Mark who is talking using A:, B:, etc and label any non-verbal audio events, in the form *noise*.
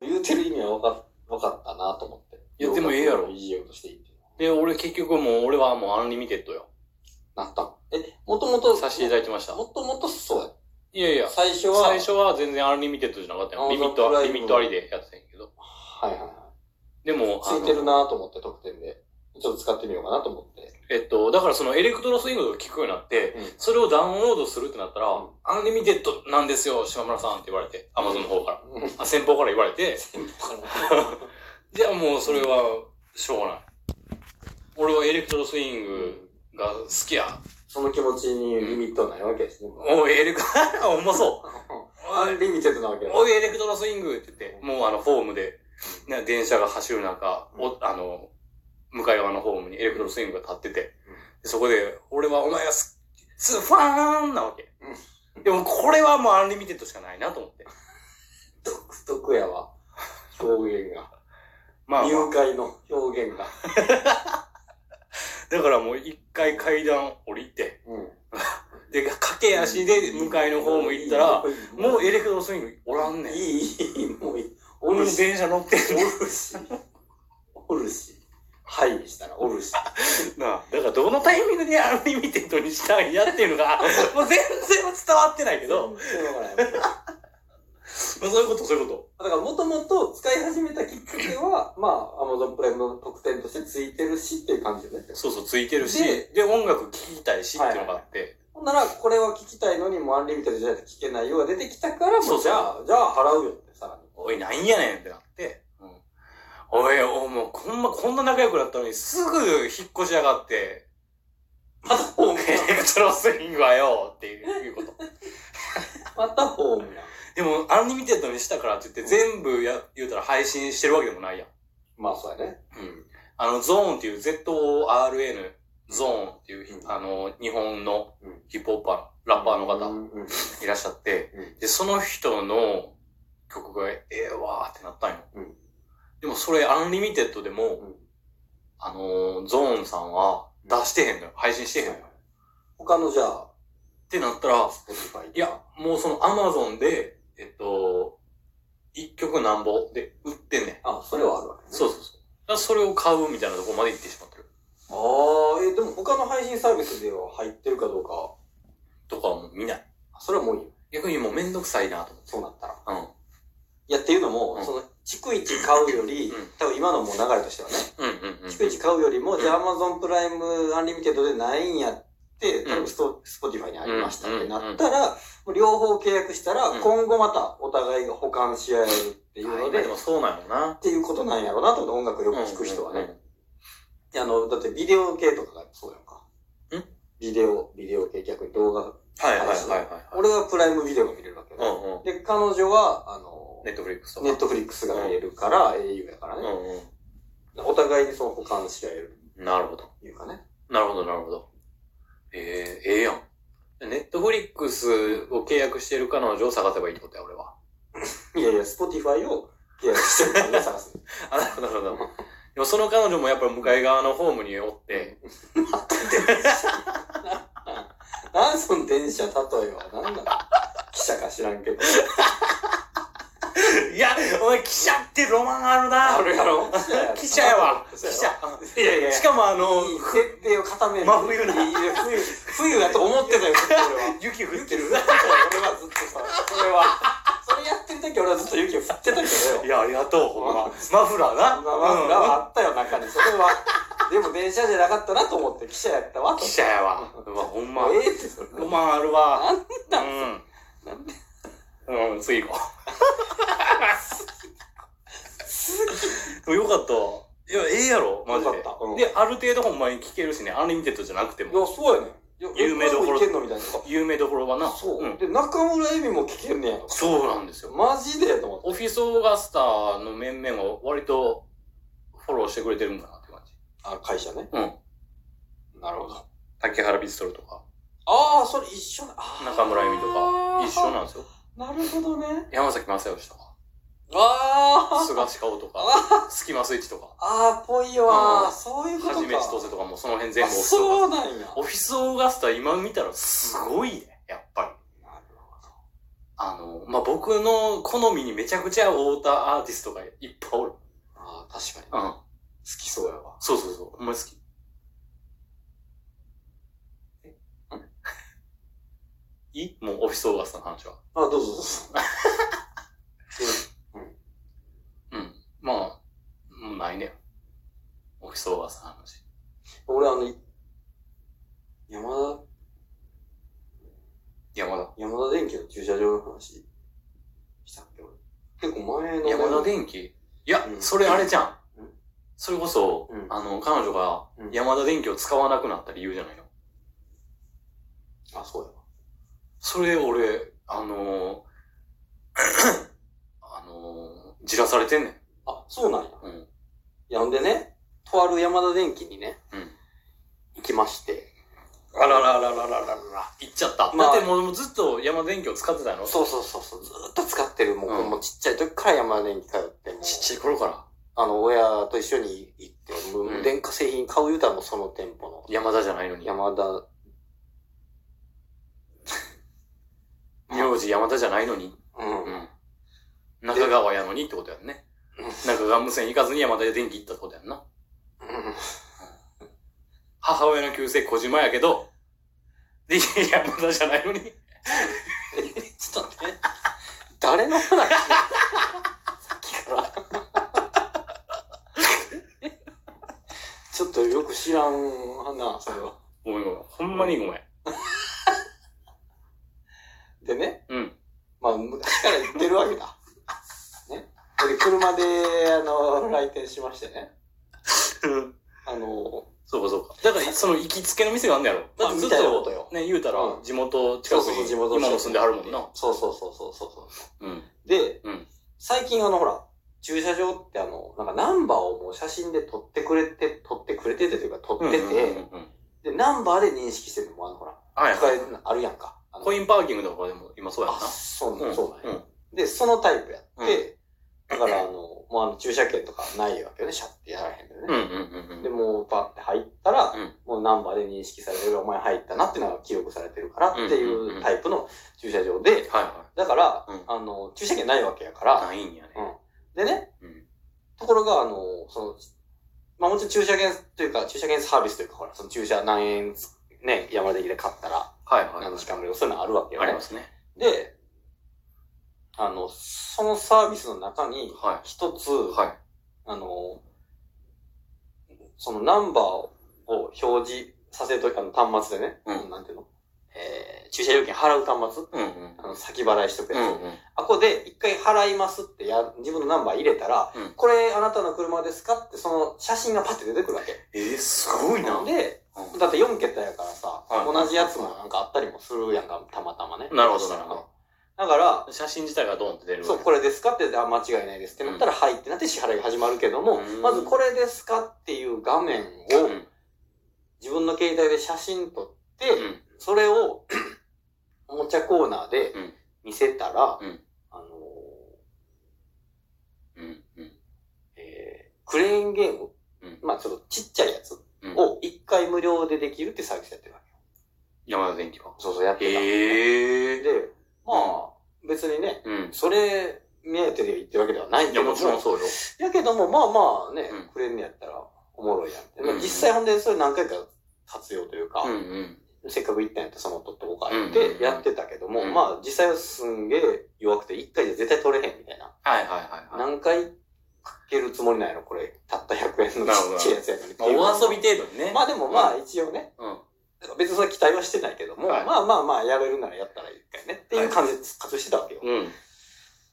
A: 言うてる意味は分か分かったなと思って。
B: 言ってもええやろ
A: いじようとしていいっていうの
B: で、俺結局もう、俺はもうアンリミテッドよ。
A: はなったの。え、もともと、
B: させていただきました。
A: もともとそうや。
B: いやいや、
A: 最初は、
B: 最初は全然アンリミテッドじゃなかったよ。
A: あ
B: リミット
A: ザプラ
B: は、
A: イ
B: リ
A: ム
B: ミットありでやってたんやけど。
A: はいはいはい。
B: でも、
A: ついてるなと思って、特典で。ちょっと使ってみようかなと思って。
B: えっと、だからそのエレクトロスイングが効くようになって、
A: うん
B: それをダウンロードするってなったら、
A: うん
B: アンリミテッドなんですよ、島村さんって言われて、アマゾンの方か
A: う
B: ら。
A: ん。
B: あ、先方から言われて、じゃあもうそれは、しょうがない。俺はエレクトロスイングが好きや。
A: その気持ちにリミットはないわけですね。
B: おい、エレク、 *laughs* ほんまそ
A: *laughs*
B: う。
A: アンリミテッドなわけだ。
B: おい、エレクトロスイングって言って、もうあの、ホームで、ね、電車が走る中、お、あの、向かい側のホームにエレクトロスイングが立ってて、でそこで、俺はお前がす、す、ファーンなわけ。でも、これはもうアンリミテッドしかないなと思って。
A: 独特やわ。表現が。
B: まあ、まあ
A: 入会の表現が。
B: だからもう一回階段降りて、
A: うん。
B: で、駆け足で向かいのホーム行ったら、、もうエ
A: え
B: レクトロスイングおらんねん。
A: いい、いい、もういい。お
B: 俺
A: る
B: に
A: し、
B: 電車乗ってんね
A: おるし、おるし。はいにしたら、おるし。
B: んなあ。だから、どのタイミングでアンリミテッドにしたんやっていうのが、もう全然伝わってないけど、まあ
A: そうだからやっぱ
B: そういうこと、そういうこ
A: だから、もともと使い始めたきっかけは、まあ、アマゾンプライムの特典としてついてるしっていう感じよね。
B: と。そうそう、ついてるし、
A: で
B: で、音楽聴きたいしっていうのがあって、
A: ほんなら、これは聞きたいのに、もうアンリミテッドじゃなくて聞けないようが出てきたから、
B: そ
A: も
B: うそう
A: うじゃあ、じゃあ払うよって、さらに。
B: おい、なんやねんってなって、おい、おい、もう、こんな、こんな仲良くなったのに、すぐ引っ越しやがって、
A: またホーム
B: エレクトロスイングはよ、っていういうこと。
A: またホームや。
B: でも、アンリミテッドにしたからって言って、全部や、言うたら配信してるわけでもないやん。
A: まあ、そうやね。
B: うん。あの、ゾーンっていう、ZORN、ゾーンっていう、
A: うん
B: あの、日本の
A: うん
B: ヒップホッパーの、ラッパーの
A: う
B: 方、
A: んうん
B: いらっしゃって、
A: うん
B: で、その人の曲が、ええわーってなったんよ。
A: うん
B: でも、それ、アンリミテッドでも、
A: うん
B: あのー、ゾーンさんは出してへんのよ。配信してへんのよ。っ
A: 他のじゃあ、
B: てなったら、
A: スポティファイ
B: いや、もうそのアマゾンで、えっと、一曲なんぼで売ってんねん。
A: あ、それはあるわけね。
B: そうそうそう。だからそれを買うみたいなとこまで行ってしまってる。
A: ああ、え、でも他の配信サービスでは入ってるかどうか、
B: とかはもう見ない。
A: それはもういいよ。
B: 逆にもうめんどくさいなと思
A: そうなったら。
B: っ
A: いや、っていうのも、
B: うん
A: その、逐一買うより、
B: うん
A: 多分今のもう流れとしてはね、
B: て。うん。うんうんうん。
A: 逐一買うよりも、
B: ん
A: じゃあ Amazon プライムアンリミテッドでないんやって、
B: うん
A: 多分スト、スポティファイにありました
B: うん
A: ってなったら、もう両方契約したら、
B: うん
A: 今後またお互いが保管し合えるっていうの
B: あ
A: で、
B: でもそうなのな
A: っ。ていうことなんやろうなと思って音楽よく聴く人はね。いやあの、だってビデオ系とかがそうやんか。
B: ん
A: ビデオ、ビデオ系逆に動画。
B: はいはいはいはい。
A: 俺はプライムビデオが見れるわけ
B: う
A: ね。
B: んうん。
A: で、彼女は、あの、
B: ネットフリックスとか。
A: ネットフリックスが見れるから、au やから
B: う
A: ね。
B: ん
A: お互いにその保管し合える
B: うん。なるほど。
A: というかね。
B: なるほど、なるほど。ええええやん。ネットフリックスを契約している彼女を探せばいいってことや、俺は。
A: いやいや、スポティファイを契約してるからね探す。 *laughs*
B: あ、なるほど、なるほど。でもその彼女もやっぱり向かい側のホームにおって、
A: なんその電車例えは、なんなの記者か知らんけど。
B: いや、お前、記者ってロマンある
A: *laughs*
B: な
A: あるやろ
B: 記者やわ。記
A: 記
B: 者
A: 者。。いやいやいや
B: しかもあの、
A: いい設定を固める。
B: 真冬ない
A: やいや冬、冬だと思ってたよ、ずっと俺は。
B: 雪降っ
A: 雪
B: て
A: 降
B: る
A: って。たよ *laughs* 俺はずっとさ、それは。それやってる時俺はずっと雪を降ってたけどよ
B: い。や、ありがとう、ほん *laughs* ま。マフラー
A: ま
B: な。
A: あまあ、裏はあったよ、中に。それは。でも電車じゃなかったなと思って、汽車やったわ
B: うん
A: と。
B: 記者やわ。うわ、ほんま
A: も。うええって、それ。
B: ロマンあるわ。
A: なんなん
B: うん。うん、次行こう。 *laughs* よかったわ。いや、ええやろ、マジで
A: よかったうん。
B: で、ある程度ほんまに聞けるしね、アンリミテッドじゃなくて
A: いや、
B: も、
A: そうやねんいや。
B: 有名どころ
A: いけんのみたいな。
B: 有名どころはな。
A: そう。
B: ん
A: で、中村恵美も聞けんねやろ。
B: そうなんですよ。
A: マジでと思って。
B: オフィスオーガスタの面々は割とフォローしてくれてるんかなって感じ。
A: あ、会社ね。うん。なるほど。
B: 竹原ピストルとか、
A: ああ、それ一緒だ。あー
B: 中村恵美とか、一緒なんですよ。
A: なるほどね。
B: 山崎正義とか、
A: あ
B: 菅氏顔とか
A: あ、
B: スキマスイッチとか、
A: ああ、ぽいわ
B: うん
A: ー。そういうことか。
B: はじめちとせとかもその辺全
A: あ
B: 部オフィスオーガ
A: そ
B: スタ
A: うなんや。
B: オフィスオーガスタ今見たらすごいね、やっぱり。
A: なるほ
B: あの、まあ、僕の好みにめちゃくちゃ合うたアーティストがいっぱいおる。
A: ああ、確かに。好
B: うん。
A: きそうやわ。
B: そうそうそう。ほんまに好き。いいもうオフィスオーガスタの話は。
A: あ、どうぞどうぞ。 *laughs*
B: うん。まあ、もうないね。オフィスオーガスタの話。
A: 俺あの、山田、
B: 山田。
A: 山田電機の駐車場の話したっけ俺。結構前の。
B: 山田電機いや、
A: うん
B: それあれじゃん
A: うん。
B: それこそ、
A: うん
B: あの、彼女が
A: うん
B: 山田電機を使わなくなった理由じゃないの。
A: あ、そうやわ。
B: それ俺、あのー *coughs* あのーじらされてんねん。
A: あ、そうなんや。
B: うん。
A: いや、ほんでね、とある山田電機にね、
B: うん。
A: 行きまして。
B: あらららららららら。行っちゃった。
A: まあ
B: だってもうもうずっと山電機を使ってたの
A: そうそうそうそう、ずーっと使ってる。もう、
B: うん
A: もうちっちゃい時から山田電機通って、もう
B: ちっちゃい頃から。
A: あの、親と一緒に行って、もう
B: うん
A: 電化製品買う言うたらもうその店舗の。
B: 山田じゃないのに。
A: 山田、
B: 名字山田じゃないのに。
A: うん。
B: うん。中川やのにってことやんね
A: うん。
B: 中川無線行かずに山田電機行ったってことやんな。母親の旧姓小島やけど、で、山田じゃないのに。
A: ちょっと待って。誰の話さっきから。ちょっとよく知らんな、それは。
B: ごめんごめん。ほんまにご *laughs* めん。
A: でね、
B: うん。
A: まあ、昔から言ってるわけだ。ね。で、車で、あの、来店しましてね。あの、
B: そうかそうか。だから、その行きつけの店があんねやろ。だってずっ
A: まあみたいなこと
B: と
A: よ、
B: ね、言うたら
A: う、ん
B: 地元近く
A: そうそう
B: に、
A: 地元
B: 今も住んではるもんな。
A: そうそうそうそうそうそう。
B: うん。
A: で、
B: うん
A: 最近あのほら、駐車場ってあの、なんかナンバーをもう写真で撮ってくれて、撮ってくれててというか撮ってて、
B: うんうんうんうん
A: で、ナンバーで認識してるのもあのほら、
B: はい
A: 使
B: は
A: え
B: い。
A: るのあるやんか。あの
B: コインパーキングとかでも今そうやん
A: あ、
B: な。
A: そうなん
B: う
A: や
B: ん
A: そうなんや
B: うん
A: で、そのタイプやって、だからあの、もうあの駐車券とかないわけよね、シャッてやらへんけど
B: うん
A: ね。
B: うんうんう
A: で、
B: ん。
A: もうパッて入ったら、
B: うん
A: もうナンバーで認識される、お前入ったなっていうのが記録されてるからっていうタイプの駐車場で、
B: はいは
A: だから、
B: うん
A: あの、駐車券ないわけやから、
B: い。ないんやね。
A: でね、
B: うん。
A: ところが、あの、その、まあ、もちろん駐車券というか、駐車券サービスというか、ほら、その駐車何円つ、ね、山田駅で買ったら、
B: はいはい。
A: 何時間無料、そういうのあるわけよ
B: あり
A: ね
B: ま。すね。
A: で、あの、そのサービスの中に、
B: は
A: 一つ、
B: い。はい。
A: あの、そのナンバーを表示させるというか、あの端末でね、
B: うん
A: なんていうの、えー、駐車料金払う端末
B: うんうん。
A: あの、先払いしとく
B: う
A: やつ。
B: んうん。
A: あ、ここで一回払いますってや、自分のナンバー入れたら、
B: うん
A: これあなたの車ですかってその写真がパッて出てくるわけ。
B: えー、すごいな。うん
A: で、だって4桁やからさ、
B: はい
A: 同じやつもなんかあったりもするやんか、たまたまね。
B: なるほどなるほど。
A: だから、
B: 写真自体がドンって出る。
A: そう、これですかって言ってあ、間違いないですってなったら、はいってなって支払いが始まるけども、
B: うん
A: まずこれですかっていう画面を
B: うん。
A: 自分の携帯で写真撮って、
B: うん。
A: それをおもちゃコーナーで
B: うん
A: 見せたら、
B: うん
A: あのー
B: うん。うん。
A: えークレーンゲーム
B: うん。
A: まあちょっとちっちゃいやつ
B: うん
A: を一回無料でできるってサービスやってるわけよ。
B: 山田電機は。
A: そうそう、やってた。
B: へえ。
A: で、まあ、別にね、
B: うん。
A: それ目当てで言ってるわけではない
B: い
A: け
B: や、
A: ど
B: もちろん
A: も、
B: そうよ。
A: やけども、まあまあね
B: うん、
A: くれんのやったらおもろいやんって。まあ
B: うん
A: 実際ほんでそれ何回か活用というか
B: う、んうん。
A: せっかく行ったんやったらその取っとこうか
B: うん
A: ってやってたけども、
B: うん
A: まあ実際はすんげえ弱くて一回じゃ絶対取れへんみたいな。
B: はいはいはいはい。
A: 何回かけるつもりなんやろ、これ。たった100円のちっちゃいやつやからっていう
B: まあ、お遊び程度にね。
A: まあでもまあ一応ね、
B: うん。
A: 別にそれ期待はしてないけども、
B: はい
A: まあまあまあ、やれるならやったらいいかいねっていう感じで活動してたわけよ。
B: うん。